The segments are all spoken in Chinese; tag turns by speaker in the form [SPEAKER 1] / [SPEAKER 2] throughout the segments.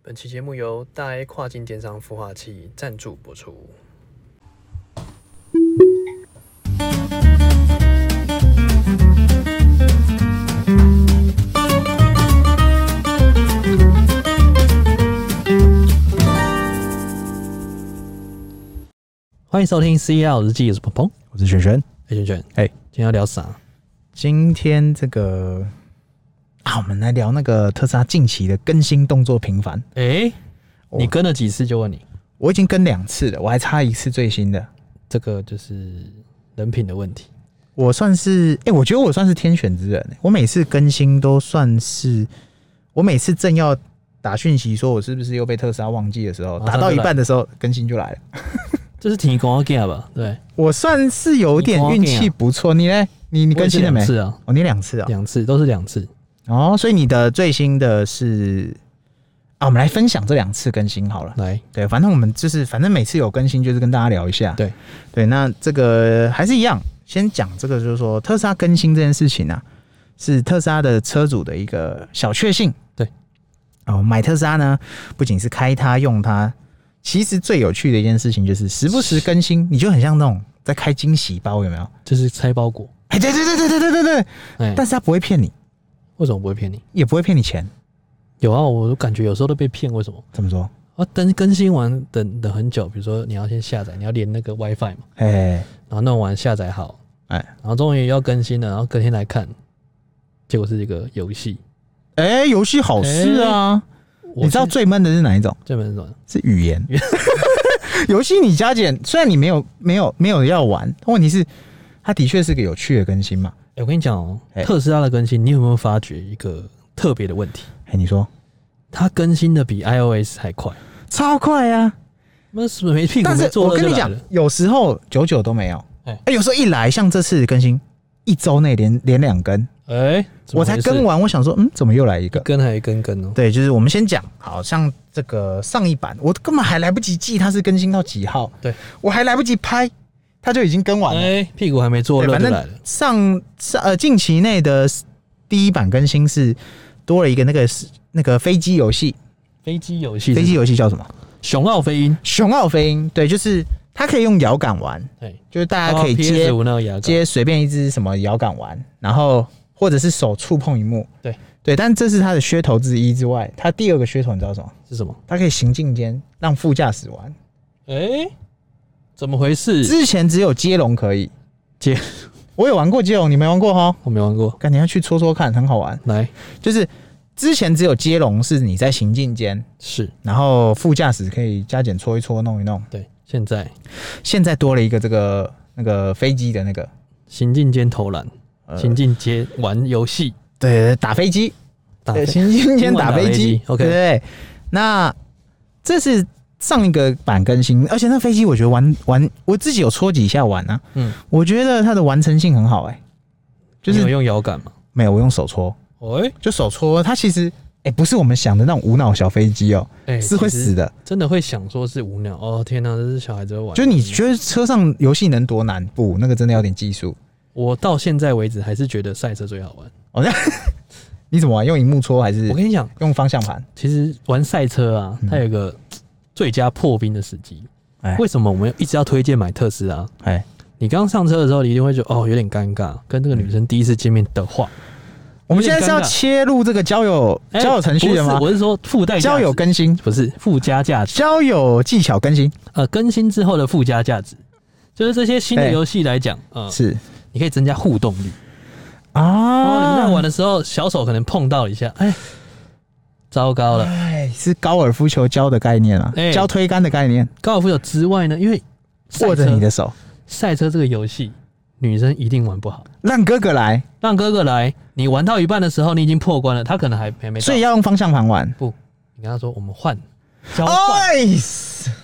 [SPEAKER 1] 本期节目由大 A 跨境电商孵化器赞助播出。欢迎收听 CL 日记，我是鹏鹏，
[SPEAKER 2] 我是璇璇。
[SPEAKER 1] 哎，娟娟，
[SPEAKER 2] 哎
[SPEAKER 1] 今天要聊啥？
[SPEAKER 2] 今天这个啊，我们来聊那个特斯拉近期的更新动作频繁。
[SPEAKER 1] 哎、
[SPEAKER 2] 哦
[SPEAKER 1] 你跟了几次就问你，
[SPEAKER 2] 我已经跟两次了，我还差一次最新的。
[SPEAKER 1] 这个就是人品的问题。
[SPEAKER 2] 我算是哎、我觉得我算是天选之人、欸我每次更新都算是，我每次正要打讯息说我是不是又被特斯拉忘记的时候，
[SPEAKER 1] 马上
[SPEAKER 2] 打
[SPEAKER 1] 就
[SPEAKER 2] 到一
[SPEAKER 1] 来
[SPEAKER 2] 半的时候更新就来了。
[SPEAKER 1] 这是挺光 g a 吧？对，
[SPEAKER 2] 我算是有点运气不错。你呢？你你
[SPEAKER 1] 你
[SPEAKER 2] 更新了没？
[SPEAKER 1] 是啊，
[SPEAKER 2] 哦，你两次啊、
[SPEAKER 1] 两次都是两次。
[SPEAKER 2] 哦，所以你的最新的是啊，我们来分享这两次更新好了。
[SPEAKER 1] 来，
[SPEAKER 2] 对，反正我们就是，反正每次有更新就是跟大家聊一下。
[SPEAKER 1] 对
[SPEAKER 2] 对，那这个还是一样，先讲这个，就是说特斯拉更新这件事情啊，是特斯拉的车主的一个小确幸。
[SPEAKER 1] 对，
[SPEAKER 2] 哦，买特斯拉呢，不仅是开它用它，其实最有趣的一件事情就是时不时更新，你就很像那种在开惊喜包，有没有？
[SPEAKER 1] 就是拆包裹。
[SPEAKER 2] 哎，对对对对对对对对，
[SPEAKER 1] 哎、
[SPEAKER 2] 但是他不会骗你，
[SPEAKER 1] 为什么不会骗你？
[SPEAKER 2] 也不会骗你钱。
[SPEAKER 1] 有啊，我感觉有时候都被骗，为什么？
[SPEAKER 2] 怎么说？
[SPEAKER 1] 啊，等更新完，等等很久，比如说你要先下载，你要连那个 WiFi 嘛，
[SPEAKER 2] 哎
[SPEAKER 1] 然后弄完下载好，
[SPEAKER 2] 哎
[SPEAKER 1] 然后终于要更新了，然后隔天来看，结果是一个游戏。
[SPEAKER 2] 哎，游戏好事啊！
[SPEAKER 1] 哎我
[SPEAKER 2] 你知道
[SPEAKER 1] 是
[SPEAKER 2] 最闷的是哪一种？
[SPEAKER 1] 这本是什么？
[SPEAKER 2] 是 语言。游戏你加减，虽然你没有没有没有要玩，问题是它的确是个有趣的更新嘛。
[SPEAKER 1] 哎、我跟你讲哦、
[SPEAKER 2] 哎
[SPEAKER 1] 特斯拉的更新，你有没有发觉一个特别的问题？
[SPEAKER 2] 哎，你说
[SPEAKER 1] 它更新的比 iOS 还快，
[SPEAKER 2] 超快啊！
[SPEAKER 1] 那是不是没屁股
[SPEAKER 2] 但
[SPEAKER 1] 没
[SPEAKER 2] 是
[SPEAKER 1] 坐
[SPEAKER 2] 我
[SPEAKER 1] 热
[SPEAKER 2] 跟
[SPEAKER 1] 就
[SPEAKER 2] 你
[SPEAKER 1] 来
[SPEAKER 2] 讲
[SPEAKER 1] 了，
[SPEAKER 2] 有时候久久都没有。
[SPEAKER 1] 哎
[SPEAKER 2] 哎、有时候一来，像这次更新一周内连连两根，
[SPEAKER 1] 哎、怎么
[SPEAKER 2] 我才
[SPEAKER 1] 回事
[SPEAKER 2] 跟完，我想说，嗯，怎么又来一个？
[SPEAKER 1] 跟还一根根哦、
[SPEAKER 2] 对，就是我们先讲，好像这个上一版，我根本还来不及记它是更新到几号，
[SPEAKER 1] 对，
[SPEAKER 2] 我还来不及拍，它就已经更完了。
[SPEAKER 1] 哎、屁股还没坐
[SPEAKER 2] 对，
[SPEAKER 1] 热
[SPEAKER 2] 反
[SPEAKER 1] 就
[SPEAKER 2] 正
[SPEAKER 1] 来了。
[SPEAKER 2] 上上呃近期内的第一版更新是多了一个那个那个飞机游戏，
[SPEAKER 1] 飞机游戏，
[SPEAKER 2] 飞机游戏叫什么？
[SPEAKER 1] 熊奥飞鹰，
[SPEAKER 2] 熊奥飞鹰。对，就是它可以用摇杆玩，
[SPEAKER 1] 对，
[SPEAKER 2] 就是大家可以
[SPEAKER 1] PS
[SPEAKER 2] 接、
[SPEAKER 1] 五那个牙膏，
[SPEAKER 2] 接随便一只什么摇杆玩，然后或者是手触碰荧幕。
[SPEAKER 1] 对
[SPEAKER 2] 对，但这是它的噱头之一之外，它第二个噱头你知道什么？
[SPEAKER 1] 是什么？
[SPEAKER 2] 它可以行进间让副驾驶玩，
[SPEAKER 1] 哎、怎么回事？
[SPEAKER 2] 之前只有接龙可以
[SPEAKER 1] 接，
[SPEAKER 2] 我有玩过接龙，你没玩过哈？
[SPEAKER 1] 我没玩过，
[SPEAKER 2] 赶紧要去戳戳看，很好玩。
[SPEAKER 1] 来
[SPEAKER 2] 就是之前只有接龙是你在行进间，
[SPEAKER 1] 是
[SPEAKER 2] 然后副驾驶可以加减搓一搓、弄一弄。
[SPEAKER 1] 对，现在
[SPEAKER 2] 现在多了一个这个那个飞机的那个，
[SPEAKER 1] 行进间投篮，
[SPEAKER 2] 呃
[SPEAKER 1] 行进间玩游戏，
[SPEAKER 2] 对，打飞机，
[SPEAKER 1] 打
[SPEAKER 2] 对，行进间打飞
[SPEAKER 1] 今晚打飞
[SPEAKER 2] 机
[SPEAKER 1] 机，OK
[SPEAKER 2] 对不对？那这是上一个版更新，而且那飞机我觉得玩玩，我自己有戳几下玩啊，
[SPEAKER 1] 嗯，
[SPEAKER 2] 我觉得它的完成性很好、哎，就
[SPEAKER 1] 你有
[SPEAKER 2] 是
[SPEAKER 1] 用摇杆嘛？
[SPEAKER 2] 没有我用手戳，
[SPEAKER 1] 哎、
[SPEAKER 2] 就手戳，它其实哎、不是我们想的那种无脑小飞机哦、
[SPEAKER 1] 哎、
[SPEAKER 2] 是会死
[SPEAKER 1] 的，
[SPEAKER 2] 的。
[SPEAKER 1] 真的会想说是无聊哦，天哪、这是小孩子会玩。
[SPEAKER 2] 就你觉得车上游戏能多难？不，那个真的要点技术。
[SPEAKER 1] 我到现在为止还是觉得赛车最好玩。
[SPEAKER 2] 你怎么啊玩？用荧幕戳还是
[SPEAKER 1] 我跟你讲，
[SPEAKER 2] 用方向盘？
[SPEAKER 1] 其实玩赛车啊，它有一个嘖最佳破冰的时机。
[SPEAKER 2] 哎
[SPEAKER 1] 为什么我们一直要推荐买特斯拉？
[SPEAKER 2] 哎，
[SPEAKER 1] 你刚上车的时候，你一定会觉得哦，有点尴尬，跟这个女生第一次见面的话，
[SPEAKER 2] 我们现在是要切入这个交友
[SPEAKER 1] 哎
[SPEAKER 2] 交友程序的吗
[SPEAKER 1] 不是？我是说附带价值
[SPEAKER 2] 交友更新、
[SPEAKER 1] 不是附加价值，
[SPEAKER 2] 交友技巧更新
[SPEAKER 1] 呃，更新之后的附加价值，就是这些新的
[SPEAKER 2] 哎
[SPEAKER 1] 游戏来讲，呃，
[SPEAKER 2] 是
[SPEAKER 1] 你可以增加互动率。哦，你们
[SPEAKER 2] 啊
[SPEAKER 1] 在玩的时候，小手可能碰到一下，哎，糟糕了。
[SPEAKER 2] 哎，是高尔夫球胶的概念啊
[SPEAKER 1] 哎，
[SPEAKER 2] 胶推杆的概念，
[SPEAKER 1] 高尔夫球之外呢，因为赛
[SPEAKER 2] 握着
[SPEAKER 1] 车
[SPEAKER 2] 你的手，
[SPEAKER 1] 赛车这个游戏，女生一定玩不好。
[SPEAKER 2] 让哥哥来，
[SPEAKER 1] 让哥哥来，你玩到一半的时候，你已经破关了，他可能还还没到。
[SPEAKER 2] 所以哦要用方向盘玩。
[SPEAKER 1] 不，你跟他说我们换交换，
[SPEAKER 2] 哎，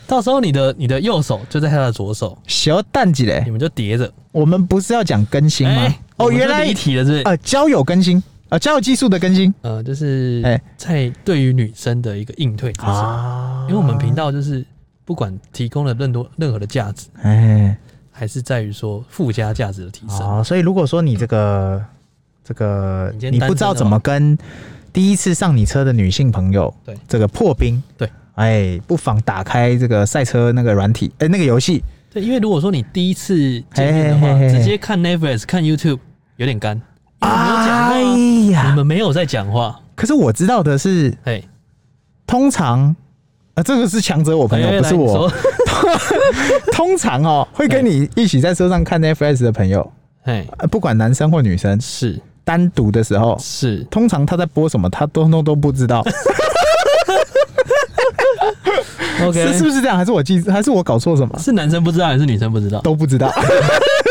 [SPEAKER 1] 到时候你的你的右手就在他的左手，
[SPEAKER 2] 小蛋姐嘞
[SPEAKER 1] 你，们就叠着。
[SPEAKER 2] 我们不是要讲更新哎吗
[SPEAKER 1] 哎？我
[SPEAKER 2] 哦，
[SPEAKER 1] 们就
[SPEAKER 2] 原来
[SPEAKER 1] 离题了，是不是？
[SPEAKER 2] 呃，交友更新呃，交友技术的更新
[SPEAKER 1] 呃，就是
[SPEAKER 2] 哎
[SPEAKER 1] 在对于女生的一个应对之术，
[SPEAKER 2] 啊
[SPEAKER 1] 因为我们频道就是不管提供了任多任何的价值，
[SPEAKER 2] 哎。
[SPEAKER 1] 还是在于说附加价
[SPEAKER 2] 啊
[SPEAKER 1] 值的提升。
[SPEAKER 2] 哦，所以如果说你这个这个
[SPEAKER 1] 你今天
[SPEAKER 2] 你
[SPEAKER 1] 单
[SPEAKER 2] 不知道
[SPEAKER 1] 身的
[SPEAKER 2] 怎么跟第一次上你车的女性朋友，
[SPEAKER 1] 对
[SPEAKER 2] 这个破冰，
[SPEAKER 1] 对，
[SPEAKER 2] 哎，不妨打开这个赛车那个软体，哎、那个游戏，
[SPEAKER 1] 对，因为如果说你第一次见面的话，
[SPEAKER 2] 嘿嘿嘿嘿
[SPEAKER 1] 直接看 Netflix 看 YouTube 有点干，因为没有讲话啊，
[SPEAKER 2] 哎
[SPEAKER 1] 你
[SPEAKER 2] 呀，
[SPEAKER 1] 们没有在讲话，
[SPEAKER 2] 可是我知道的是，
[SPEAKER 1] 嘿，
[SPEAKER 2] 通常。啊，这个是强者我朋友，
[SPEAKER 1] 哎
[SPEAKER 2] 不是我。，
[SPEAKER 1] 来你说
[SPEAKER 2] 通常哦，会跟你一起在车上看 Netflix 的朋友，
[SPEAKER 1] 嘿，
[SPEAKER 2] 呃不管男生或女生，
[SPEAKER 1] 是
[SPEAKER 2] 单独的时候，
[SPEAKER 1] 是，
[SPEAKER 2] 通常他在播什么，他通通都不知道。
[SPEAKER 1] OK，
[SPEAKER 2] 是是不是这样？还是我记，还是我搞错什么？
[SPEAKER 1] 是男生不知道还是女生不知道？
[SPEAKER 2] 都不知道，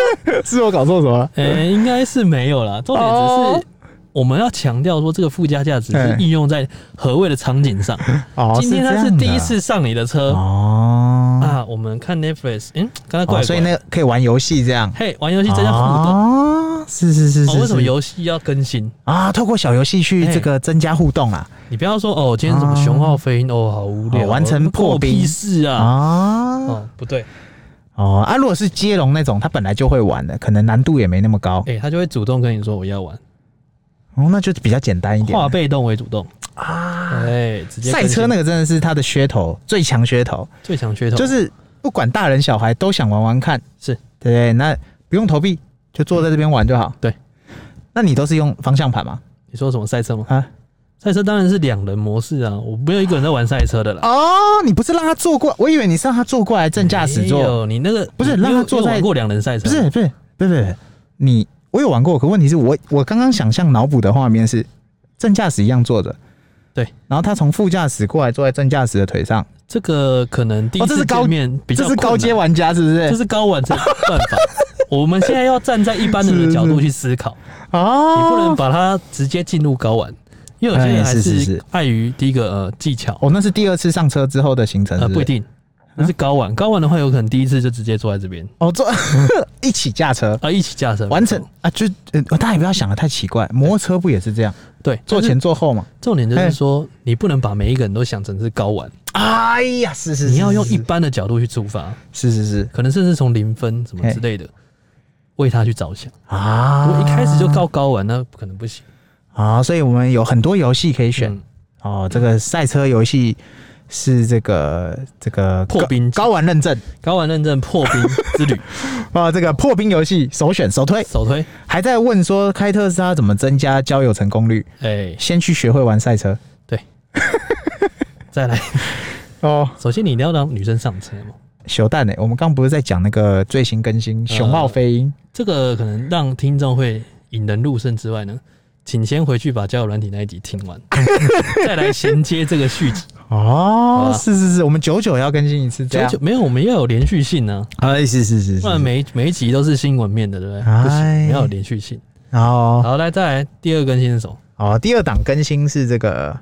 [SPEAKER 2] 是我搞错什么了？
[SPEAKER 1] 呃、应该是没有啦。重点只
[SPEAKER 2] 哦
[SPEAKER 1] 是我们要强调说，这个附加价值是
[SPEAKER 2] 哎
[SPEAKER 1] 应用在何谓的场景上。
[SPEAKER 2] 哦，
[SPEAKER 1] 今天
[SPEAKER 2] 这
[SPEAKER 1] 他是
[SPEAKER 2] 样
[SPEAKER 1] 第一
[SPEAKER 2] 的
[SPEAKER 1] 次上你的车、
[SPEAKER 2] 哦，
[SPEAKER 1] 啊，我们看 Netflix，嗯，刚才怪怪、
[SPEAKER 2] 哦，所以那个可以玩游戏这样，
[SPEAKER 1] 嘿玩游戏增加互动。
[SPEAKER 2] 哦，是是是是
[SPEAKER 1] 哦，为什么
[SPEAKER 2] 是
[SPEAKER 1] 游戏要更新？
[SPEAKER 2] 啊？透过小游戏去
[SPEAKER 1] 哎
[SPEAKER 2] 这个增加互动啊？
[SPEAKER 1] 你不要说哦，今天什么熊浩飞鹰哦，好无聊，
[SPEAKER 2] 哦完成
[SPEAKER 1] 哦关我
[SPEAKER 2] 破冰
[SPEAKER 1] 屁事啊！
[SPEAKER 2] 啊
[SPEAKER 1] 哦，不对，
[SPEAKER 2] 哦啊！如果是接龙那种，他本来就会玩的，可能难度也没那么高，
[SPEAKER 1] 哎、他就会主动跟你说我要玩，
[SPEAKER 2] 哦，那就比较简单一点
[SPEAKER 1] 化被动为主动啊！哎、直接
[SPEAKER 2] 赛车那
[SPEAKER 1] 个
[SPEAKER 2] 个真的是他的噱头，最强噱头。
[SPEAKER 1] 最强噱头
[SPEAKER 2] 就是不管大人小孩都想玩玩看，
[SPEAKER 1] 是
[SPEAKER 2] 对不对？那不用投币，就坐在这边玩就好。
[SPEAKER 1] 对，
[SPEAKER 2] 那你都是用方向盘吗？
[SPEAKER 1] 你说什么赛车吗？
[SPEAKER 2] 啊，
[SPEAKER 1] 赛车当然是两人模式啊，我没有一个人在玩赛车的啦。
[SPEAKER 2] 哦，你不是让他坐过，我以为你是让他坐过来正驾驶
[SPEAKER 1] 没
[SPEAKER 2] 座，
[SPEAKER 1] 有，你那个
[SPEAKER 2] 不是
[SPEAKER 1] 你
[SPEAKER 2] 让
[SPEAKER 1] 你
[SPEAKER 2] 他
[SPEAKER 1] 有
[SPEAKER 2] 坐
[SPEAKER 1] 你有
[SPEAKER 2] 在
[SPEAKER 1] 玩过两人赛车，
[SPEAKER 2] 不是，不是，不是，不是，不是你我有玩过，可问题是我我刚刚想象脑补的画面是正驾驶一样坐着。
[SPEAKER 1] 对，
[SPEAKER 2] 然后他从副驾驶过来，坐在正驾驶的腿上，
[SPEAKER 1] 这个可能第一
[SPEAKER 2] 哦这
[SPEAKER 1] 次
[SPEAKER 2] 是高
[SPEAKER 1] 见面比较
[SPEAKER 2] 这是高
[SPEAKER 1] 困难
[SPEAKER 2] 阶，玩家是不
[SPEAKER 1] 这
[SPEAKER 2] 是？
[SPEAKER 1] 是高玩才办 法。我们现在要站在一般人的角度去思考，你
[SPEAKER 2] 哦，
[SPEAKER 1] 不能把它直接进入高玩，因为有些人
[SPEAKER 2] 哎
[SPEAKER 1] 还
[SPEAKER 2] 是是是
[SPEAKER 1] 碍于第一个呃技巧，
[SPEAKER 2] 哦，那嗯是第二次上车之后的行程是
[SPEAKER 1] 呃
[SPEAKER 2] 不是，
[SPEAKER 1] 不一定，那是高玩，高玩的话有可能第一次就直接坐在这边
[SPEAKER 2] 哦，坐 一起驾车，
[SPEAKER 1] 啊一起驾车
[SPEAKER 2] 完成啊，就呃，大家也不要想的太奇怪，摩托车不也是这样，
[SPEAKER 1] 对
[SPEAKER 2] 坐。
[SPEAKER 1] 但
[SPEAKER 2] 前
[SPEAKER 1] 是
[SPEAKER 2] 坐后嘛？
[SPEAKER 1] 重点就
[SPEAKER 2] 哎
[SPEAKER 1] 是说，你不能把每一个人都想成是高玩，
[SPEAKER 2] 哎呀，是是
[SPEAKER 1] 你要用一般的角度去出发，
[SPEAKER 2] 是是是
[SPEAKER 1] 可能甚至从零分什么
[SPEAKER 2] 嘿
[SPEAKER 1] 之类的，为他去着想。
[SPEAKER 2] 啊
[SPEAKER 1] 如果一开始就告高玩，那可能不行。
[SPEAKER 2] 啊，所以我们有很多游戏可以选
[SPEAKER 1] 嗯
[SPEAKER 2] 哦。这个赛车游戏是这个这个
[SPEAKER 1] 破
[SPEAKER 2] 高
[SPEAKER 1] 冰
[SPEAKER 2] 高玩认证
[SPEAKER 1] 高玩认证破冰之 旅
[SPEAKER 2] 啊，这个破冰游戏首选首推。
[SPEAKER 1] 首推，
[SPEAKER 2] 还在问说开特斯拉怎么增加交友成功率？
[SPEAKER 1] 哎，
[SPEAKER 2] 先去学会玩赛车
[SPEAKER 1] 再来，
[SPEAKER 2] 哦。
[SPEAKER 1] 首先你一定要让女生上车嘛，
[SPEAKER 2] 熊蛋呢、欸我们刚不是在讲那个最新更新熊猫飞鹰、
[SPEAKER 1] 这个可能让听众会引人入胜之外呢，请先回去把交友软体那一集听 完，再来衔接这个续集。好
[SPEAKER 2] 哦
[SPEAKER 1] 吧，
[SPEAKER 2] 是是是，我们九九要更新一次，这
[SPEAKER 1] 九
[SPEAKER 2] 样
[SPEAKER 1] 九没有，我们要有连续性呢、
[SPEAKER 2] 哎，啊是是是
[SPEAKER 1] 不然每一每一集都是新闻面的，对不对？不行，
[SPEAKER 2] 哎
[SPEAKER 1] 要有连续性。
[SPEAKER 2] 然后
[SPEAKER 1] 好，来再来第二更新是什么？
[SPEAKER 2] 哦，第二档更新是这个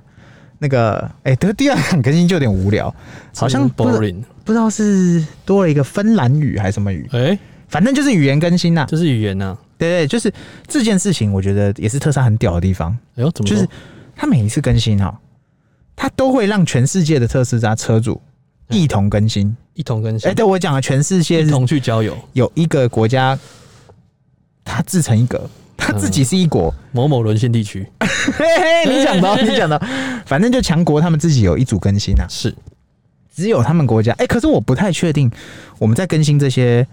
[SPEAKER 2] 那个，哎、对，第二档更新就有点无聊，好像不知
[SPEAKER 1] boring，
[SPEAKER 2] 不知道是多了一个芬兰语还是什么语，
[SPEAKER 1] 哎、
[SPEAKER 2] 反正就是语言更新呐、啊
[SPEAKER 1] 这是语言啊呐、
[SPEAKER 2] 对对，就是这件事情，我觉得也是特斯拉很屌的地方，
[SPEAKER 1] 哎呦，怎么
[SPEAKER 2] 就
[SPEAKER 1] 说
[SPEAKER 2] 是它每一次更新哦，它都会让全世界的特斯拉车主一同更新。
[SPEAKER 1] 一同更新？
[SPEAKER 2] 哎、对我讲的全世界
[SPEAKER 1] 一
[SPEAKER 2] 是
[SPEAKER 1] 同去交友，
[SPEAKER 2] 有一个国家，它自成一格，它自
[SPEAKER 1] 嗯
[SPEAKER 2] 己是一国。
[SPEAKER 1] 某某沦陷地区
[SPEAKER 2] 嘿嘿，你讲的哦，你 讲的哦，反正就强国他们自己有一组更新啊，
[SPEAKER 1] 是
[SPEAKER 2] 只有他们国家。哎、可是我不太确定我们在更新这些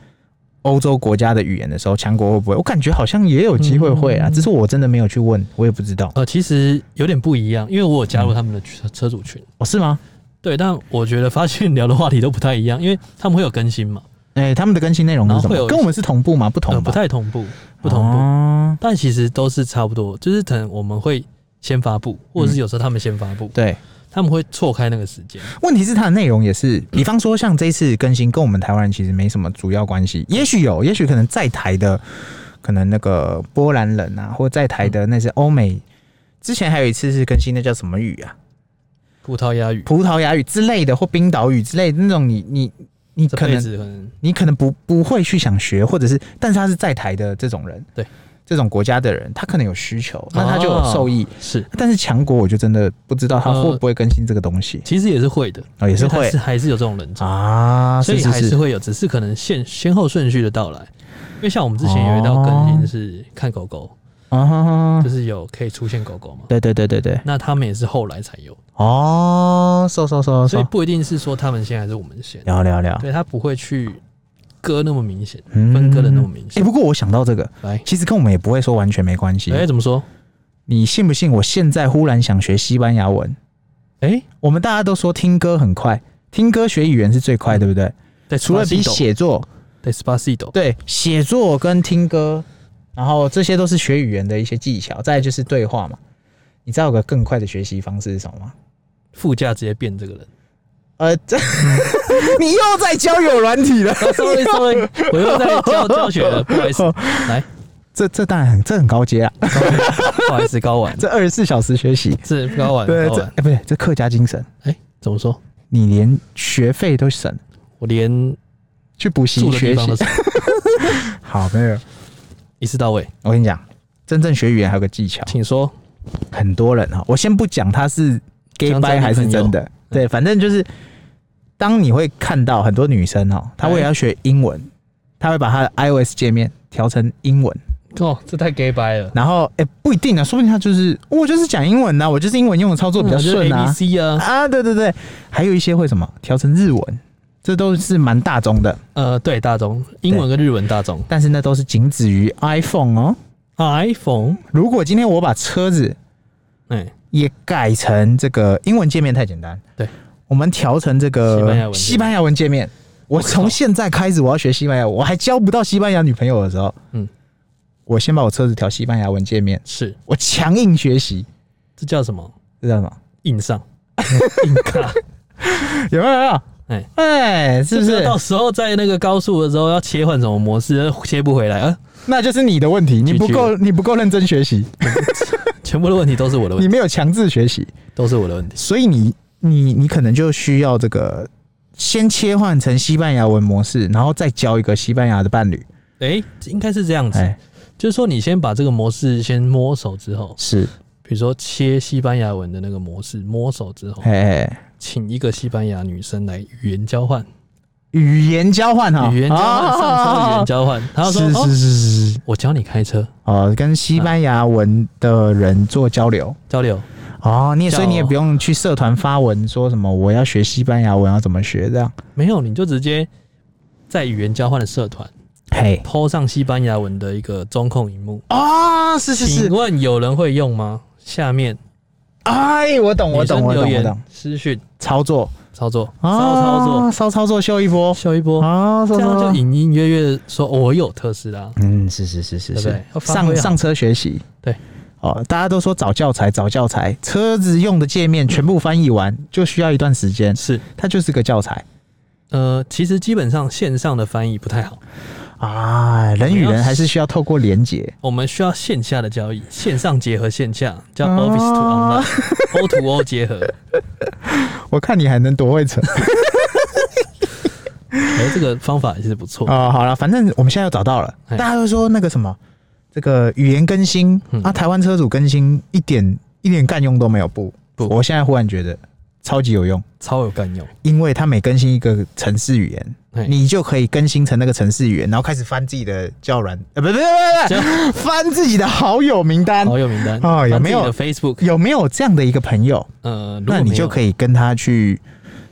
[SPEAKER 2] 欧洲国家的语言的时候，强国会不会？我感觉好像也有机会会
[SPEAKER 1] 嗯
[SPEAKER 2] 啊，只是我真的没有去问，我也不知道。
[SPEAKER 1] 呃，其实有点不一样，因为我有加
[SPEAKER 2] 嗯
[SPEAKER 1] 入他们的车车主群，
[SPEAKER 2] 哦，是吗？
[SPEAKER 1] 对，但我觉得发现聊的话题都不太一样，因为他们会有更新嘛，
[SPEAKER 2] 哎、他们的更新内容是什
[SPEAKER 1] 然后会有
[SPEAKER 2] 么？跟我们是同步吗？不同
[SPEAKER 1] 呃，不
[SPEAKER 2] 吧、
[SPEAKER 1] 太同步，不同步，
[SPEAKER 2] 哦
[SPEAKER 1] 但其实都是差不多，就是可能我们会先发布，或
[SPEAKER 2] 嗯
[SPEAKER 1] 者是有时候他们先发布，
[SPEAKER 2] 对，
[SPEAKER 1] 他们会错开那个时间，
[SPEAKER 2] 问题是它的内容也
[SPEAKER 1] 嗯
[SPEAKER 2] 是，比方说像这一次更新跟我们台湾人其实没什么主要关系，
[SPEAKER 1] 嗯
[SPEAKER 2] 也许有，也许可能在台的可能那个波兰人啊，或在台
[SPEAKER 1] 嗯
[SPEAKER 2] 的那些欧美，之前还有一次是更新那叫什么语啊，
[SPEAKER 1] 葡萄牙语，
[SPEAKER 2] 葡萄牙语之类的或冰岛语之类的那种你，你你
[SPEAKER 1] 这
[SPEAKER 2] 可
[SPEAKER 1] 辈
[SPEAKER 2] 能
[SPEAKER 1] 子可能
[SPEAKER 2] 你可能不不会去想学，或者是，但是他是在台的这种人，
[SPEAKER 1] 对哦
[SPEAKER 2] 这种国家的人，他可能有需求，那他就有受益。
[SPEAKER 1] 是，
[SPEAKER 2] 但是强国，我就真的不知道
[SPEAKER 1] 呃
[SPEAKER 2] 他会不会更新这个东西
[SPEAKER 1] 其实也是会的，
[SPEAKER 2] 哦也是
[SPEAKER 1] 因为
[SPEAKER 2] 会
[SPEAKER 1] 还是还是有这种人种，
[SPEAKER 2] 啊，
[SPEAKER 1] 所以
[SPEAKER 2] 是
[SPEAKER 1] 还
[SPEAKER 2] 是
[SPEAKER 1] 是会有，只是可能先先后顺序的到来，因为像我们之前有一道更新是看狗狗，
[SPEAKER 2] 哦，
[SPEAKER 1] 就是有可以出现狗狗嘛。
[SPEAKER 2] 对对对对对，
[SPEAKER 1] 那他们也是后来才有，
[SPEAKER 2] 哦，收收
[SPEAKER 1] 所
[SPEAKER 2] 收收
[SPEAKER 1] 以，不一定是说他们先还是我们先，
[SPEAKER 2] 聊聊聊，
[SPEAKER 1] 对他不会去割那么明显，
[SPEAKER 2] 嗯
[SPEAKER 1] 分割的那么明
[SPEAKER 2] 哎、
[SPEAKER 1] 显。
[SPEAKER 2] 不过我想到这个，
[SPEAKER 1] 来，
[SPEAKER 2] 其实跟我们也不会说完全没关系。
[SPEAKER 1] 哎、怎么说？
[SPEAKER 2] 你信不信？我现在忽然想学西班牙文。
[SPEAKER 1] 哎、
[SPEAKER 2] 我们大家都说听歌很快，听歌学语言是最快，
[SPEAKER 1] 嗯
[SPEAKER 2] 对不对？
[SPEAKER 1] 对，
[SPEAKER 2] 除了比写作，
[SPEAKER 1] 对 Spacito，
[SPEAKER 2] 对，写作跟听歌，然后这些都是学语言的一些技巧。再来就是对话嘛。你知道有个更快的学习方式是什么吗？
[SPEAKER 1] 副驾直接变这个 人。
[SPEAKER 2] 呃， 这 你又在交友软体了。
[SPEAKER 1] sorry sorry，我 又在教教学 了，不好意
[SPEAKER 2] 哦
[SPEAKER 1] 思，来，
[SPEAKER 2] 这这当然很这很高阶啊，
[SPEAKER 1] 不好意思，高玩，
[SPEAKER 2] 这二十四小时学习，
[SPEAKER 1] 是高玩，
[SPEAKER 2] 对，
[SPEAKER 1] 高欸
[SPEAKER 2] 这
[SPEAKER 1] 玩
[SPEAKER 2] 哎、。不对，这客家精神，
[SPEAKER 1] 哎、怎么说？
[SPEAKER 2] 你连学费都省，
[SPEAKER 1] 我连
[SPEAKER 2] 去补习
[SPEAKER 1] 住的
[SPEAKER 2] 学
[SPEAKER 1] 地方
[SPEAKER 2] 习
[SPEAKER 1] 都是，
[SPEAKER 2] 好没有。
[SPEAKER 1] 一次到位，
[SPEAKER 2] 我跟你讲，真正学语言还有个技巧，
[SPEAKER 1] 请说。
[SPEAKER 2] 很多人哈，我先不讲他是 gay
[SPEAKER 1] 讲真
[SPEAKER 2] bye
[SPEAKER 1] 女
[SPEAKER 2] 还是
[SPEAKER 1] 朋友嗯
[SPEAKER 2] 真的，对，反正就是，当你会看到很多女生哈，她
[SPEAKER 1] 哎
[SPEAKER 2] 为了要学英文，她会把她的 iOS 界面调成英文，
[SPEAKER 1] 哦，这太 gay 白了，
[SPEAKER 2] 然后哎、不一定啊，说不定她就是我就是讲英文呐、啊我就是英文用的操作比较
[SPEAKER 1] 嗯
[SPEAKER 2] 顺啊，
[SPEAKER 1] 就是 A B C 啊，
[SPEAKER 2] 啊，对对对，还有一些会什么调成日文，这都是蛮大众的，
[SPEAKER 1] 呃，对，大众英文跟日文大众
[SPEAKER 2] 但是那都是仅止于 iPhone 哦。
[SPEAKER 1] ，iPhone，
[SPEAKER 2] 如果今天我把车子
[SPEAKER 1] 哎、
[SPEAKER 2] 也改成这个英文界面太简单，
[SPEAKER 1] 对，
[SPEAKER 2] 我们调成这
[SPEAKER 1] 西班牙
[SPEAKER 2] 个
[SPEAKER 1] 文界面
[SPEAKER 2] 西班牙文界面。我从现在开始，我要学西班牙文，我还交不到西班牙女朋友的时候，
[SPEAKER 1] 嗯，
[SPEAKER 2] 我先把我车子调西班牙文界面，
[SPEAKER 1] 是，
[SPEAKER 2] 我强硬学习，
[SPEAKER 1] 这叫什么？
[SPEAKER 2] 知 道吗？
[SPEAKER 1] 硬 上，硬卡，
[SPEAKER 2] 有没有？有没有
[SPEAKER 1] 哎
[SPEAKER 2] 哎，是不？
[SPEAKER 1] 就是到时候在那个高速的时候要切换什么模式，切不回来啊！
[SPEAKER 2] 那就是你的问题，你不够，你不够认真学习，
[SPEAKER 1] 全部的问题都是我的问
[SPEAKER 2] 你
[SPEAKER 1] 题，
[SPEAKER 2] 没有强制学习，
[SPEAKER 1] 都是我的问题。
[SPEAKER 2] 所以你你你可能就需要这个先切换成西班牙文模式，然后再交一个西班牙的伴侣。
[SPEAKER 1] 哎、应该是这样子，
[SPEAKER 2] 哎，
[SPEAKER 1] 就是说你先把这个模式先摸熟之后，
[SPEAKER 2] 是，
[SPEAKER 1] 比如说切西班牙文的那个模式摸熟之后，
[SPEAKER 2] 哎哎，
[SPEAKER 1] 请一个西班牙女生来语言交换，
[SPEAKER 2] 语言交换哈，
[SPEAKER 1] 语言交换，上车语言
[SPEAKER 2] 交
[SPEAKER 1] 交换。她说：“
[SPEAKER 2] 啊是
[SPEAKER 1] 哦
[SPEAKER 2] 是，是是是，
[SPEAKER 1] 我教你开车，
[SPEAKER 2] 哦，跟西班牙文的人做交流。
[SPEAKER 1] 交流。
[SPEAKER 2] 哦，你也
[SPEAKER 1] 叫
[SPEAKER 2] 所以你也不用去社团发文说什么我要学西班牙文要怎么学这样，
[SPEAKER 1] 没有，你就直接在语言交换的社团
[SPEAKER 2] 嘿，
[SPEAKER 1] 抛上西班牙文的一个中控荧幕。
[SPEAKER 2] 哦，是是
[SPEAKER 1] 请
[SPEAKER 2] 是，
[SPEAKER 1] 问有人会用吗？下面
[SPEAKER 2] 哎，我懂我
[SPEAKER 1] 女
[SPEAKER 2] 懂
[SPEAKER 1] 生
[SPEAKER 2] 我
[SPEAKER 1] 留
[SPEAKER 2] 懂我
[SPEAKER 1] 言
[SPEAKER 2] 懂，
[SPEAKER 1] 私讯
[SPEAKER 2] 操作，
[SPEAKER 1] 操作，
[SPEAKER 2] 啊
[SPEAKER 1] 骚操作，
[SPEAKER 2] 骚操作秀一波，
[SPEAKER 1] 秀一波，
[SPEAKER 2] 啊，
[SPEAKER 1] 这
[SPEAKER 2] 这
[SPEAKER 1] 样就隐隐约约地说哦我有特斯拉。
[SPEAKER 2] 嗯，是是是是
[SPEAKER 1] 对不对
[SPEAKER 2] 是，
[SPEAKER 1] 要发挥啊
[SPEAKER 2] 上上车学习，
[SPEAKER 1] 对，
[SPEAKER 2] 哦，大家都说找教材找教材，车子用的界面全部翻译完就需要一段时间，
[SPEAKER 1] 是，
[SPEAKER 2] 它就是个教材
[SPEAKER 1] 呃，其实基本上线上的翻译不太好，
[SPEAKER 2] 啊，人与人还是需要透过连接，
[SPEAKER 1] 我们需要线下的交易，线上结合线下，叫
[SPEAKER 2] 啊
[SPEAKER 1] Office to Online，O to O 结合。
[SPEAKER 2] 我看你还能多会 扯
[SPEAKER 1] 哎、这个方法也是不错。
[SPEAKER 2] 哦，好了，反正我们现在又找到了，
[SPEAKER 1] 哎
[SPEAKER 2] 大家都说那个什么，这个语言更新
[SPEAKER 1] 嗯
[SPEAKER 2] 啊，台湾车主更新一点一点干用都没有，不
[SPEAKER 1] 不
[SPEAKER 2] 我现在忽然觉得超级有用。
[SPEAKER 1] 超有哎干用。
[SPEAKER 2] 因为它每更新一个城市语言，
[SPEAKER 1] 嘿
[SPEAKER 2] 你就可以更新成那个城市语言，然后开始翻自己的教软，呃，不不不
[SPEAKER 1] 这样
[SPEAKER 2] 不不，翻自己的好友名单。
[SPEAKER 1] 好友名单
[SPEAKER 2] 哦有
[SPEAKER 1] 翻自
[SPEAKER 2] 没
[SPEAKER 1] 己
[SPEAKER 2] 有
[SPEAKER 1] 的 Facebook？
[SPEAKER 2] 有没有这样的一个朋友？
[SPEAKER 1] 呃，如果
[SPEAKER 2] 那你就可
[SPEAKER 1] 以。
[SPEAKER 2] 以跟他去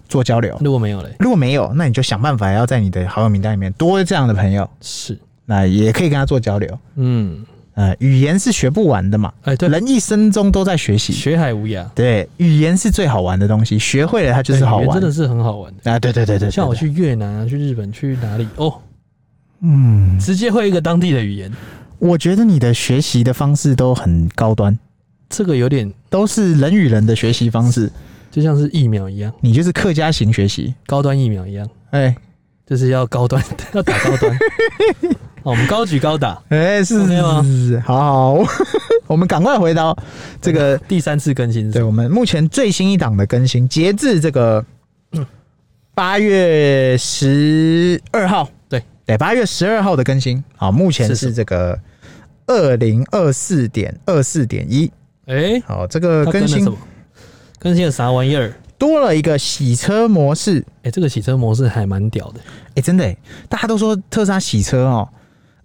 [SPEAKER 2] 做交流。
[SPEAKER 1] 如果没有嘞，
[SPEAKER 2] 如果没有，那你就想办法要在你的好友名单里面多这样的朋友，
[SPEAKER 1] 是，
[SPEAKER 2] 那也可以跟他做交流。
[SPEAKER 1] 嗯，
[SPEAKER 2] 呃，语言是学不完的嘛，
[SPEAKER 1] 哎、对，
[SPEAKER 2] 人一生中都在学习。
[SPEAKER 1] 学海无涯，
[SPEAKER 2] 对，语言是最好玩的东西，学会了它就是好
[SPEAKER 1] 哎语言
[SPEAKER 2] 玩。
[SPEAKER 1] 真的是很好玩的。
[SPEAKER 2] 啊，对对对对对，
[SPEAKER 1] 像我
[SPEAKER 2] 对，
[SPEAKER 1] 去越南啊，去日本，去哪里哦，
[SPEAKER 2] 嗯，
[SPEAKER 1] 直接会一个当地的语言，
[SPEAKER 2] 我觉得你的学习的方式都很高端，
[SPEAKER 1] 这个有点
[SPEAKER 2] 都是人与人的学习方式。
[SPEAKER 1] 就像是疫苗一样，
[SPEAKER 2] 你就是客家型学习，
[SPEAKER 1] 高端疫苗一样，
[SPEAKER 2] 哎、
[SPEAKER 1] 就是要高端， 要打高 端。哦，我们高举高打，
[SPEAKER 2] 哎、是
[SPEAKER 1] OK 吗
[SPEAKER 2] 是是，好好， 我们赶快回到这个，
[SPEAKER 1] 第三次更新是什
[SPEAKER 2] 对
[SPEAKER 1] 么
[SPEAKER 2] 我们目前最新一档的更新，截至这个八月十二号，
[SPEAKER 1] 对
[SPEAKER 2] 对，八月十二号的更新，好，目前
[SPEAKER 1] 是什
[SPEAKER 2] 是
[SPEAKER 1] 么
[SPEAKER 2] 这个二零二四点二四点一，
[SPEAKER 1] 哎、
[SPEAKER 2] 好，这个
[SPEAKER 1] 它
[SPEAKER 2] 呃更
[SPEAKER 1] 了
[SPEAKER 2] 新
[SPEAKER 1] 什么？更新了啥玩意儿？
[SPEAKER 2] 多了一个洗车模式。
[SPEAKER 1] 哎、这个洗车模式还蛮屌的，
[SPEAKER 2] 欸哎、真的、欸，大家都说特斯拉洗车哦，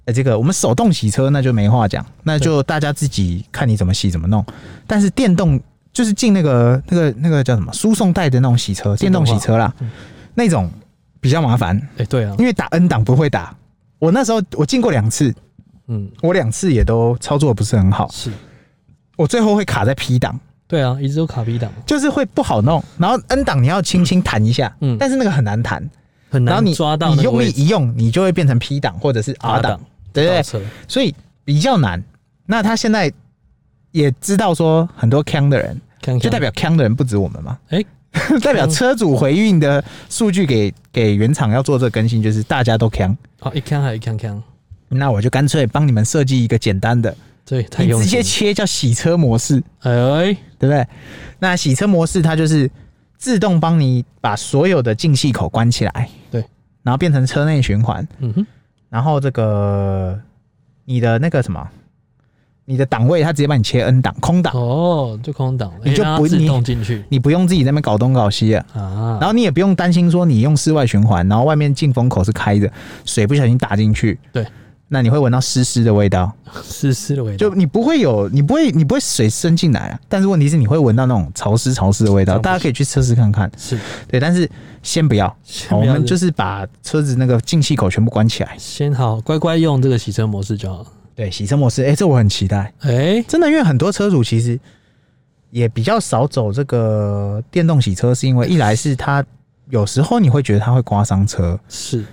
[SPEAKER 2] 呃，这个我们手动洗车那就没话讲，那就大家自己看你怎么洗怎么弄。但是电动就是进那个那个那个叫什么输送带的那种洗车，电动洗车啦，
[SPEAKER 1] 嗯
[SPEAKER 2] 那种比较麻烦，
[SPEAKER 1] 哎、对啊，
[SPEAKER 2] 因为打 N 档不会打。我那时候我进过两次，
[SPEAKER 1] 嗯，
[SPEAKER 2] 我两次也都操作不是很好，
[SPEAKER 1] 是，
[SPEAKER 2] 我最后会卡在 P 档，
[SPEAKER 1] 对啊，一直都卡 B 档，
[SPEAKER 2] 就是会不好弄。然后 N 档你要轻轻弹一下，
[SPEAKER 1] 嗯
[SPEAKER 2] 但是那个很难弹，
[SPEAKER 1] 很
[SPEAKER 2] 然后
[SPEAKER 1] 难
[SPEAKER 2] 你
[SPEAKER 1] 抓到那
[SPEAKER 2] 你
[SPEAKER 1] 个
[SPEAKER 2] 用力
[SPEAKER 1] 位置啊
[SPEAKER 2] 一用，你就会变成 P 档或者是 R 档，对不对
[SPEAKER 1] 倒？车
[SPEAKER 2] 所以比较难。那他现在也知道说很多坑的人，
[SPEAKER 1] 看看
[SPEAKER 2] 就代表坑的人不止我们嘛，
[SPEAKER 1] 哎
[SPEAKER 2] 代表车主回应的数据给给原厂要做这个更新，就是大家都坑。
[SPEAKER 1] 啊，一看还一看看，
[SPEAKER 2] 那我就干脆帮你们设计一个简单的，
[SPEAKER 1] 对，太
[SPEAKER 2] 你
[SPEAKER 1] 用
[SPEAKER 2] 直
[SPEAKER 1] 心
[SPEAKER 2] 接
[SPEAKER 1] 了，
[SPEAKER 2] 切叫洗车模式，
[SPEAKER 1] 哎，
[SPEAKER 2] 对不对？那洗车模式它就是自动帮你把所有的进气口关起来，
[SPEAKER 1] 对，
[SPEAKER 2] 然后变成车内循环，
[SPEAKER 1] 嗯哼，
[SPEAKER 2] 然后这个你的那个什么，你的档位它直接帮你切 N 档空档，
[SPEAKER 1] 哦，就空档，
[SPEAKER 2] 你
[SPEAKER 1] 哎
[SPEAKER 2] 就
[SPEAKER 1] 让它
[SPEAKER 2] 不
[SPEAKER 1] 自
[SPEAKER 2] 你
[SPEAKER 1] 动进去
[SPEAKER 2] 你不用自己在那边搞东搞西了，
[SPEAKER 1] 啊，
[SPEAKER 2] 然后你也不用担心说你用室外循环，然后外面进风口是开着，水不小心打进去，
[SPEAKER 1] 对，
[SPEAKER 2] 那你会闻到湿湿的味道，
[SPEAKER 1] 湿湿的味道
[SPEAKER 2] 就，你不会有，你不会，你不会水渗进来啊，但是问题是你会闻到那种潮湿潮湿的味
[SPEAKER 1] 这
[SPEAKER 2] 道，
[SPEAKER 1] 样不行
[SPEAKER 2] 大家可以去测试看看，
[SPEAKER 1] 是，
[SPEAKER 2] 对，但是先不要，
[SPEAKER 1] 先
[SPEAKER 2] 好
[SPEAKER 1] 不
[SPEAKER 2] 我
[SPEAKER 1] 要
[SPEAKER 2] 们就是是把车子那个进气口全部关起来，
[SPEAKER 1] 先好乖乖用这个洗车模式就好了，
[SPEAKER 2] 对，洗车模式，哎、这我很期待，
[SPEAKER 1] 哎，
[SPEAKER 2] 真的，因为很多车主其实也比较少走这个电动洗车，是因为一来是它有时候你会觉得它会刮伤车，
[SPEAKER 1] 是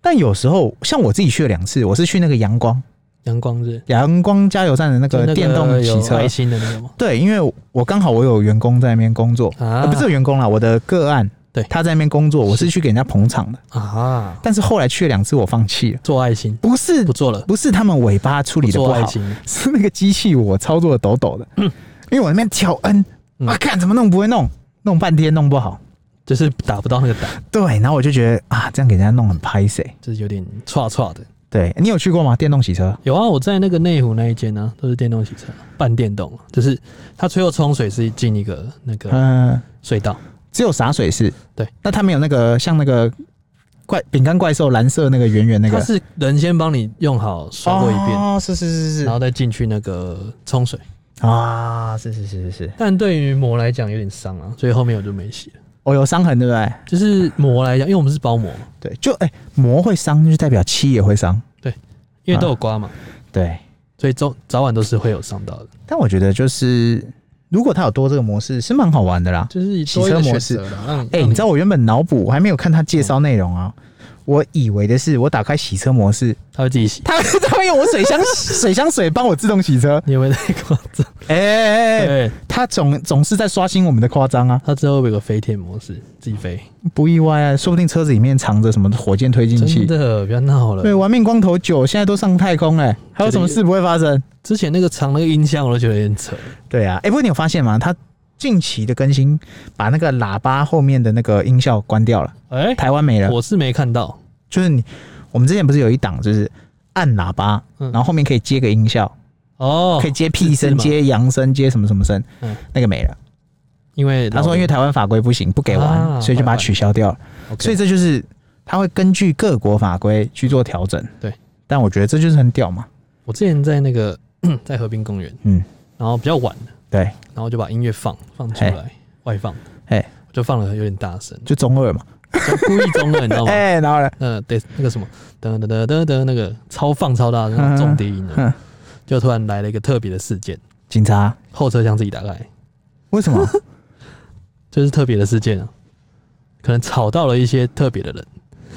[SPEAKER 2] 但有时候像我自己去了两次，我是去那个阳光
[SPEAKER 1] 阳光日，
[SPEAKER 2] 阳光加油站的那
[SPEAKER 1] 就那
[SPEAKER 2] 个电动洗
[SPEAKER 1] 有
[SPEAKER 2] 车
[SPEAKER 1] 爱，心的那个吗？
[SPEAKER 2] 对，因为我刚好我有员工在那边工作，
[SPEAKER 1] 啊
[SPEAKER 2] 呃不是有员工啦，我的个案，
[SPEAKER 1] 对
[SPEAKER 2] 他在那边工作，我是去给人家捧场的，
[SPEAKER 1] 啊，
[SPEAKER 2] 但是后来去了两次我放弃了，
[SPEAKER 1] 做爱心
[SPEAKER 2] 不是
[SPEAKER 1] 不做了，
[SPEAKER 2] 不是他们尾巴处理的不
[SPEAKER 1] 做爱
[SPEAKER 2] 好，
[SPEAKER 1] 心
[SPEAKER 2] 是那个机器我操作的抖抖的，因为我那边调 N，
[SPEAKER 1] 嗯
[SPEAKER 2] 啊，看怎么弄不会弄，弄半天弄不好。
[SPEAKER 1] 就是打不到那个档，
[SPEAKER 2] 对，然后我就觉得啊，这样给人家弄很拍谁。
[SPEAKER 1] 就是有点歘歘的。
[SPEAKER 2] 对你有去过吗？电动洗车？
[SPEAKER 1] 有啊，我在那个内湖那一间呢、都是电动洗车，半电动，啊就是它最后冲水是进一个那个
[SPEAKER 2] 嗯、
[SPEAKER 1] 隧道，
[SPEAKER 2] 只有洒水式。
[SPEAKER 1] 对，
[SPEAKER 2] 那它没有那个像那个怪饼干怪兽蓝色那个圆圆那个，
[SPEAKER 1] 它是人先帮你用好刷过一遍，
[SPEAKER 2] 哦，是是是是
[SPEAKER 1] 然
[SPEAKER 2] 是
[SPEAKER 1] 后再进去那个冲水。
[SPEAKER 2] 啊，是是是是是。
[SPEAKER 1] 但对于膜来讲有点伤啊，所以后面我就没洗了。
[SPEAKER 2] 哦，有伤痕对不对？
[SPEAKER 1] 就是膜来讲，因为我们是包膜嘛，
[SPEAKER 2] 对，就哎、膜会伤，就代表漆也会伤。
[SPEAKER 1] 因为都有刮
[SPEAKER 2] 啊
[SPEAKER 1] 嘛，
[SPEAKER 2] 对，
[SPEAKER 1] 所以早早晚都是会有伤到的。
[SPEAKER 2] 但我觉得就是如果它有多这个模式，是蛮好玩的啦。
[SPEAKER 1] 就是
[SPEAKER 2] 洗
[SPEAKER 1] 多
[SPEAKER 2] 车模式
[SPEAKER 1] 一个选择啦让
[SPEAKER 2] 哎、
[SPEAKER 1] 让
[SPEAKER 2] 你知道我原本脑补，我还没有看他介绍内容啊，我以为的是我打开洗车模式，
[SPEAKER 1] 它会自己洗，
[SPEAKER 2] 他他会用我水 箱水箱水帮我自动洗车。
[SPEAKER 1] 你有没有太夸 张？
[SPEAKER 2] 哎哎哎哎，
[SPEAKER 1] 对，
[SPEAKER 2] 他总总是在刷新我们的夸张啊，
[SPEAKER 1] 它之后会有个飞天模式，自己飞。
[SPEAKER 2] 不意外啊，说不定车子里面藏着什么火箭推进
[SPEAKER 1] 真
[SPEAKER 2] 器。
[SPEAKER 1] 的，不要闹了。
[SPEAKER 2] 对，玩命光头九现在都上太空哎、还有什么事不会发生？
[SPEAKER 1] 之前那个藏那个音箱，我都觉得有点扯。
[SPEAKER 2] 对啊，哎、不过你有发现吗？他近期的更新把那个喇叭后面的那个音效关掉了，
[SPEAKER 1] 哎、
[SPEAKER 2] 台湾没了。
[SPEAKER 1] 我是没看到，
[SPEAKER 2] 就是你，我们之前不是有一档就是按喇叭，
[SPEAKER 1] 嗯
[SPEAKER 2] 然后后面可以接个音效，
[SPEAKER 1] 哦，
[SPEAKER 2] 可以接屁
[SPEAKER 1] 是
[SPEAKER 2] 声、
[SPEAKER 1] 吗
[SPEAKER 2] 接扬声、接什么什么声，
[SPEAKER 1] 嗯
[SPEAKER 2] 那个没了。
[SPEAKER 1] 因为
[SPEAKER 2] 他说因为台湾法规不行，不给玩，
[SPEAKER 1] 啊
[SPEAKER 2] 所以就把它取消掉了。所
[SPEAKER 1] 所
[SPEAKER 2] 以
[SPEAKER 1] 以
[SPEAKER 2] 这就是他会根据各国法规去做调整。
[SPEAKER 1] 对，
[SPEAKER 2] 但我觉得这就是很屌嘛。
[SPEAKER 1] 我之前在那个 在河滨公园，
[SPEAKER 2] 嗯，
[SPEAKER 1] 然后比较晚了，
[SPEAKER 2] 对，
[SPEAKER 1] 然后就把音乐放放出来，外放，
[SPEAKER 2] 哎，
[SPEAKER 1] 我就放了有点大声，
[SPEAKER 2] 就中二嘛。
[SPEAKER 1] 就故意中了，你知道吗？
[SPEAKER 2] 哎、然后呢？
[SPEAKER 1] 呃，对，那个什么，噔噔噔噔噔，那个超放超大的那
[SPEAKER 2] 嗯
[SPEAKER 1] 种重低音的
[SPEAKER 2] 哼，
[SPEAKER 1] 就突然来了一个特别的事件，
[SPEAKER 2] 警察
[SPEAKER 1] 后车厢自己打开，
[SPEAKER 2] 为什么？
[SPEAKER 1] 就是特别的事件啊，可能吵到了一些特别的人，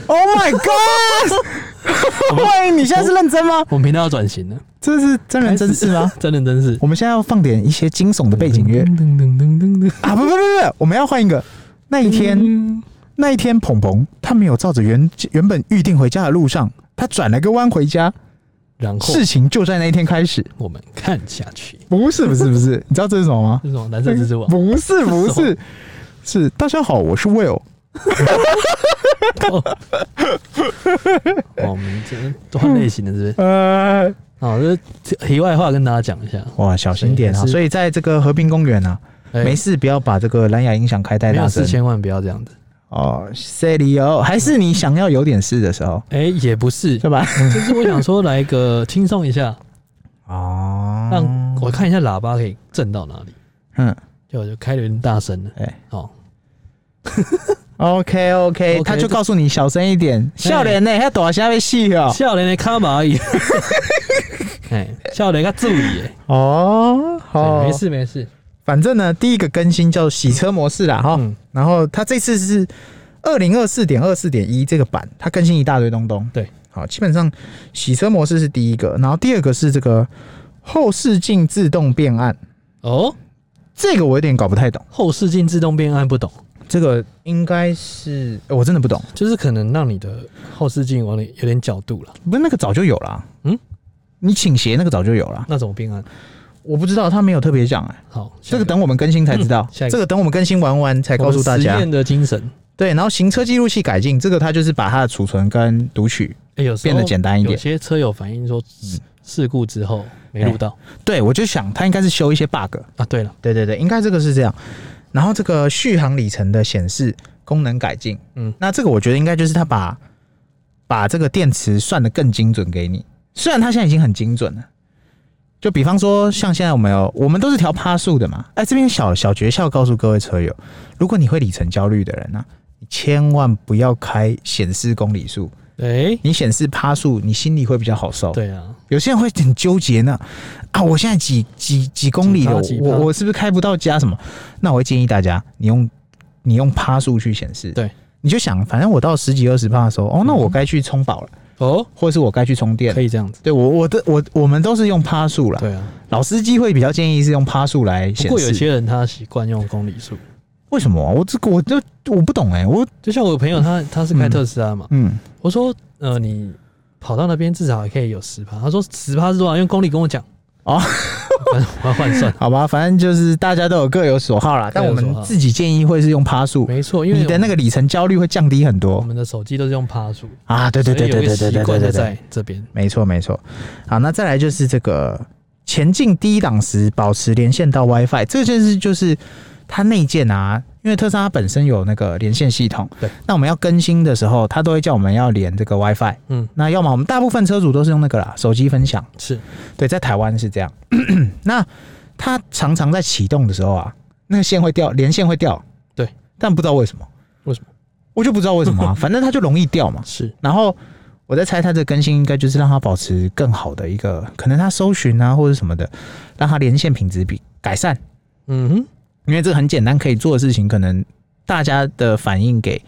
[SPEAKER 2] Oh my god！喂， 你现在是认真吗？
[SPEAKER 1] 我们频道要转型了。
[SPEAKER 2] 这是真人真事吗？？
[SPEAKER 1] 真人真事。
[SPEAKER 2] 我们现在要放点一些惊悚的背景乐
[SPEAKER 1] 噔噔噔噔噔。
[SPEAKER 2] 啊！不不不不，我们要换一个。那一天，那一天，鹏鹏他没有照着原原本预定回家的路上，他转了个弯回家，
[SPEAKER 1] 然后
[SPEAKER 2] 事情就在那一天开始。
[SPEAKER 1] 我们看下去，
[SPEAKER 2] 不是不是不是，你知道这是什么吗？
[SPEAKER 1] 这是什么蓝色蜘蛛网？
[SPEAKER 2] 不是不
[SPEAKER 1] 这是
[SPEAKER 2] 是，是大家好，我是 Will。
[SPEAKER 1] 哦，
[SPEAKER 2] 哎
[SPEAKER 1] 我们这都换类型的，是不是？
[SPEAKER 2] 呃，
[SPEAKER 1] 好，这题外话跟大家讲一下，
[SPEAKER 2] 哇，小心点
[SPEAKER 1] 所以
[SPEAKER 2] 啊！
[SPEAKER 1] 还是
[SPEAKER 2] 所以在这个和平公园啊，
[SPEAKER 1] 哎
[SPEAKER 2] 没事不要把这个蓝牙音响开太
[SPEAKER 1] 没
[SPEAKER 2] 大
[SPEAKER 1] 有事，
[SPEAKER 2] 声。
[SPEAKER 1] 千万不要这样子。
[SPEAKER 2] 哦，C 里有，还是你想要有点事的时候，
[SPEAKER 1] 哎、也不是，
[SPEAKER 2] 对吧？
[SPEAKER 1] 就是我想说来一个轻松一下，
[SPEAKER 2] 哦，
[SPEAKER 1] 让我看一下喇叭可以震到哪里，
[SPEAKER 2] 嗯，
[SPEAKER 1] 就我就开了有点大声了。
[SPEAKER 2] 哎
[SPEAKER 1] 哦，
[SPEAKER 2] ，OK OK，
[SPEAKER 1] OK，
[SPEAKER 2] 他就
[SPEAKER 1] 这
[SPEAKER 2] 告诉你小声一点，笑脸呢，他躲下被戏哦，
[SPEAKER 1] 笑脸的卡而 已，哎，笑脸要注意哎，
[SPEAKER 2] 哦，好，
[SPEAKER 1] 对没，事没事，
[SPEAKER 2] 反正呢，第一个更新叫洗车模式啦，哈、
[SPEAKER 1] 嗯
[SPEAKER 2] 然后它这次是二零二四点二四点一这个版，它更新一大堆东东。
[SPEAKER 1] 对，
[SPEAKER 2] 好，基本上洗车模式是第一个，然后第二个是这个后视镜自动变暗，
[SPEAKER 1] 哦，
[SPEAKER 2] 这个我有点搞不太懂，
[SPEAKER 1] 后视镜自动变暗不懂，
[SPEAKER 2] 这个应该是呃我真的不懂，
[SPEAKER 1] 就是可能让你的后视镜往里有点角度了，
[SPEAKER 2] 不是那个早就有啦，
[SPEAKER 1] 嗯，
[SPEAKER 2] 你倾斜那个早就有啦，
[SPEAKER 1] 那怎么变暗？
[SPEAKER 2] 我不知道他没有特别讲哎、
[SPEAKER 1] 好，
[SPEAKER 2] 这个等我们更新才知道，
[SPEAKER 1] 下一个
[SPEAKER 2] 这个等我们更新完完才
[SPEAKER 1] 我
[SPEAKER 2] 告
[SPEAKER 1] 们
[SPEAKER 2] 诉大
[SPEAKER 1] 实
[SPEAKER 2] 家。
[SPEAKER 1] 验的精神，
[SPEAKER 2] 对，然后行车记录器改进，这个它就是把它的储存跟读取
[SPEAKER 1] 哎，有时候
[SPEAKER 2] 变得简单一
[SPEAKER 1] 有
[SPEAKER 2] 点。嗯哎
[SPEAKER 1] 些车友反映说事故之后没录到
[SPEAKER 2] 对，我就想它应该是修一些 bug。
[SPEAKER 1] 啊，对了，
[SPEAKER 2] 对对对，应该这个是这样。然后这个续航里程的显示功能改进，
[SPEAKER 1] 嗯，
[SPEAKER 2] 那这个我觉得应该就是它把把这个电池算的更精准给你。虽然它现在已经很精准了，就比方说像现在我们有我们都是调趴数的嘛，哎，这边小小诀窍告诉各位车友，如果你会里程焦虑的人呢、啊你千万不要开显示公里数，
[SPEAKER 1] 哎，
[SPEAKER 2] 你显示趴数，你心里会比较好受。
[SPEAKER 1] 对啊，
[SPEAKER 2] 有些人会很纠结呢，啊，我现在几几几公里了，
[SPEAKER 1] 几趴
[SPEAKER 2] 我
[SPEAKER 1] 几趴
[SPEAKER 2] 我是不是开不到家什么？那我会建议大家，你用你用趴数去显示，
[SPEAKER 1] 对，
[SPEAKER 2] 你就想，反正我到十几二十趴的时候，哦，那我该去充饱了，
[SPEAKER 1] 哦，
[SPEAKER 2] 或者是我该去充电
[SPEAKER 1] 可
[SPEAKER 2] 了。
[SPEAKER 1] 以这样子，
[SPEAKER 2] 对我我的我我们都是用趴数啦，
[SPEAKER 1] 对啊，
[SPEAKER 2] 老司机会比较建议是用趴数来
[SPEAKER 1] 不
[SPEAKER 2] 显
[SPEAKER 1] 过有
[SPEAKER 2] 示。
[SPEAKER 1] 些人他习惯用公里数。
[SPEAKER 2] 为什么啊？我这个我就我不懂哎、我
[SPEAKER 1] 就像我朋友他他是开特斯拉嘛，
[SPEAKER 2] 嗯，
[SPEAKER 1] 我说呃你跑到那边至少也可以有十趴，他说十趴是多少？用公里跟我讲
[SPEAKER 2] 哦，
[SPEAKER 1] 反正 我要换算，
[SPEAKER 2] 好吧，反正就是大家都有各有所好啦，但
[SPEAKER 1] 各
[SPEAKER 2] 我
[SPEAKER 1] 有所好
[SPEAKER 2] 们自己建议会是用趴数，
[SPEAKER 1] 没错，因为
[SPEAKER 2] 你的那
[SPEAKER 1] 我
[SPEAKER 2] 个里程焦虑会降低很
[SPEAKER 1] 我
[SPEAKER 2] 多
[SPEAKER 1] 们的手机都是用趴数，
[SPEAKER 2] 啊。对对对
[SPEAKER 1] 所
[SPEAKER 2] 对
[SPEAKER 1] 以有
[SPEAKER 2] 对
[SPEAKER 1] 一个
[SPEAKER 2] 对
[SPEAKER 1] 习
[SPEAKER 2] 对
[SPEAKER 1] 惯
[SPEAKER 2] 对
[SPEAKER 1] 就
[SPEAKER 2] 对对。
[SPEAKER 1] 在这边，
[SPEAKER 2] 没错，没错。好，那再来就是这个前进低档时保持连线到 WiFi，这件事就是它内建啊，因为特斯拉本身有那个连线系统，
[SPEAKER 1] 对，
[SPEAKER 2] 那我们要更新的时候，它都会叫我们要连这个 WiFi。
[SPEAKER 1] 嗯，
[SPEAKER 2] 那要么我们大部分车主都是用那个啦，手机分享。
[SPEAKER 1] 是
[SPEAKER 2] 对，在台湾是这样。 那它常常在启动的时候啊，那个线会掉，连线会掉。
[SPEAKER 1] 对，
[SPEAKER 2] 但不知道为什么。
[SPEAKER 1] 为什么？
[SPEAKER 2] 我就不知道为什 么啊，反正它就容易掉嘛。
[SPEAKER 1] 是
[SPEAKER 2] 然后我在猜它这更新应该就是让它保持更好的一个，可能它搜寻啊或者什么的，让它连线品质比改善，
[SPEAKER 1] 嗯哼，
[SPEAKER 2] 因为这个很简单可以做的事情，可能大家的反应给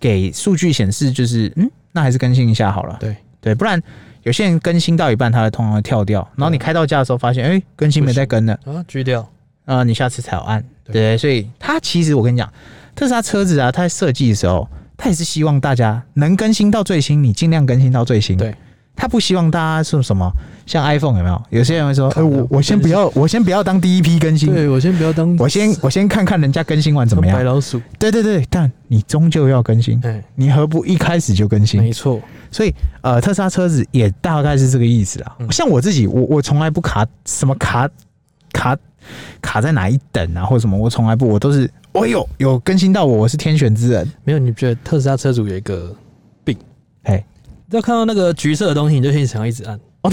[SPEAKER 2] 给数据显示就是嗯，那还是更新一下好了，
[SPEAKER 1] 对
[SPEAKER 2] 对，不然。有些人更新到一半，它会通常会跳掉，然后你开到家的时候发现，哎、更新没在跟了，
[SPEAKER 1] 啊，锯掉
[SPEAKER 2] 啊、你下次才有按，
[SPEAKER 1] 对
[SPEAKER 2] 对，所以它其实我跟你讲，特斯拉车子啊，它在设计的时候，它也是希望大家能更新到最新，你尽量更新到最新。
[SPEAKER 1] 对，
[SPEAKER 2] 它不希望大家说什么，像 iPhone 有没有？有些人会说，哎、
[SPEAKER 1] 看到
[SPEAKER 2] 我我先不要，我先不要当第一批更新，
[SPEAKER 1] 对我先不要当
[SPEAKER 2] 我先我先看看人家更新完怎么
[SPEAKER 1] 当白
[SPEAKER 2] 样。
[SPEAKER 1] 老鼠，
[SPEAKER 2] 对对对，但你终究要更新，
[SPEAKER 1] 哎，
[SPEAKER 2] 你何不一开始就更新？
[SPEAKER 1] 没错，
[SPEAKER 2] 所以呃，特斯拉车子也大概是这个意思啦。
[SPEAKER 1] 嗯
[SPEAKER 2] 像我自己，我我从来不卡什么卡卡卡在哪一等啊，或者什么，我从来不，我都是我有有更新到我，我是天选之人。
[SPEAKER 1] 没有，你觉得特斯拉车主有一个病？
[SPEAKER 2] 哎，
[SPEAKER 1] 要看到那个橘色的东西，你就先想要一直按，
[SPEAKER 2] 哦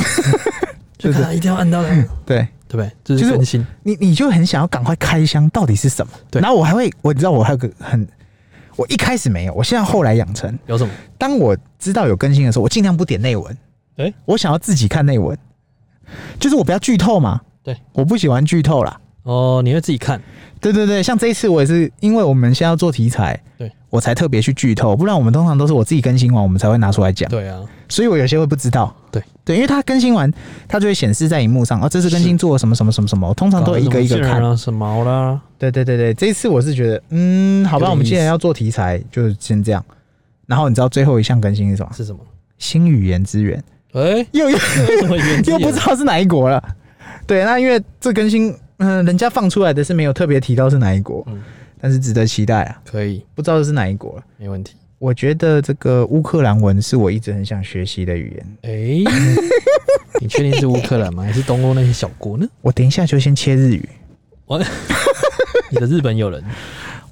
[SPEAKER 1] 就看它一定要按到它，
[SPEAKER 2] 对
[SPEAKER 1] 对不对？这
[SPEAKER 2] 就是是我
[SPEAKER 1] 更新，
[SPEAKER 2] 你，你就很想要赶快开箱，到底是什么？
[SPEAKER 1] 对
[SPEAKER 2] 然后我还会，我知道我还有个很，我一开始没有，我现在后来养成，
[SPEAKER 1] 有什么？
[SPEAKER 2] 当我知道有更新的时候，我尽量不点内文。
[SPEAKER 1] 哎
[SPEAKER 2] 我想要自己看内文，就是我不要剧透嘛。
[SPEAKER 1] 对，
[SPEAKER 2] 我不喜欢剧透啦。
[SPEAKER 1] 哦，你会自己看，
[SPEAKER 2] 对对对，像这一次我也是，因为我们现在要做题材，
[SPEAKER 1] 对
[SPEAKER 2] 我才特别去剧透，不然我们通常都是我自己更新完，我们才会拿出来讲，
[SPEAKER 1] 对啊，
[SPEAKER 2] 所以我有些会不知道。
[SPEAKER 1] 对
[SPEAKER 2] 对，因为它更新完，它就会显示在荧幕上，哦，这次更新做了什么什么什么什么，我通常都一个一个
[SPEAKER 1] 搞得什么
[SPEAKER 2] 看
[SPEAKER 1] 杏。仁啊，什么啦，
[SPEAKER 2] 对对对对，这一次我是觉得，嗯，好吧，
[SPEAKER 1] 有点
[SPEAKER 2] 我们既然
[SPEAKER 1] 意思
[SPEAKER 2] 要做题材，就先这样。然后你知道最后一项更新是什么？
[SPEAKER 1] 是什么？
[SPEAKER 2] 新语言资源，
[SPEAKER 1] 哎，
[SPEAKER 2] 又又
[SPEAKER 1] 这有什么原
[SPEAKER 2] 又不知道是哪一国了。对，那因为这更新，嗯、人家放出来的是没有特别提到是哪一国，
[SPEAKER 1] 嗯
[SPEAKER 2] 但是值得期待啊。
[SPEAKER 1] 可以，
[SPEAKER 2] 不知道是哪一国了。
[SPEAKER 1] 没问题。
[SPEAKER 2] 我觉得这个乌克兰文是我一直很想学习的语言。
[SPEAKER 1] 哎， 你确定是乌克兰吗？还是东欧那些小国呢？
[SPEAKER 2] 我等一下就先切日语，
[SPEAKER 1] 我，你的日本友人，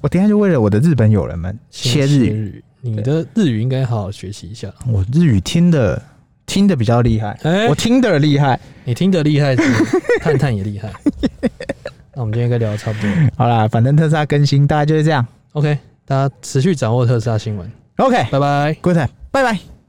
[SPEAKER 2] 我等一下就为了我的日本友人们切日语，
[SPEAKER 1] 语，你的日语应该好好学习一下。
[SPEAKER 2] 我日语听的听的比较厉害，
[SPEAKER 1] 哎、
[SPEAKER 2] 我听的厉害。
[SPEAKER 1] 你听得厉害是不是， 探探也厉 害。那我们今天应该聊的差不多了。
[SPEAKER 2] 好啦，反正特斯拉更新大概就是这样。
[SPEAKER 1] OK，大家持续掌握特斯拉新闻，
[SPEAKER 2] OK，Good、
[SPEAKER 1] 拜拜。
[SPEAKER 2] time，拜拜。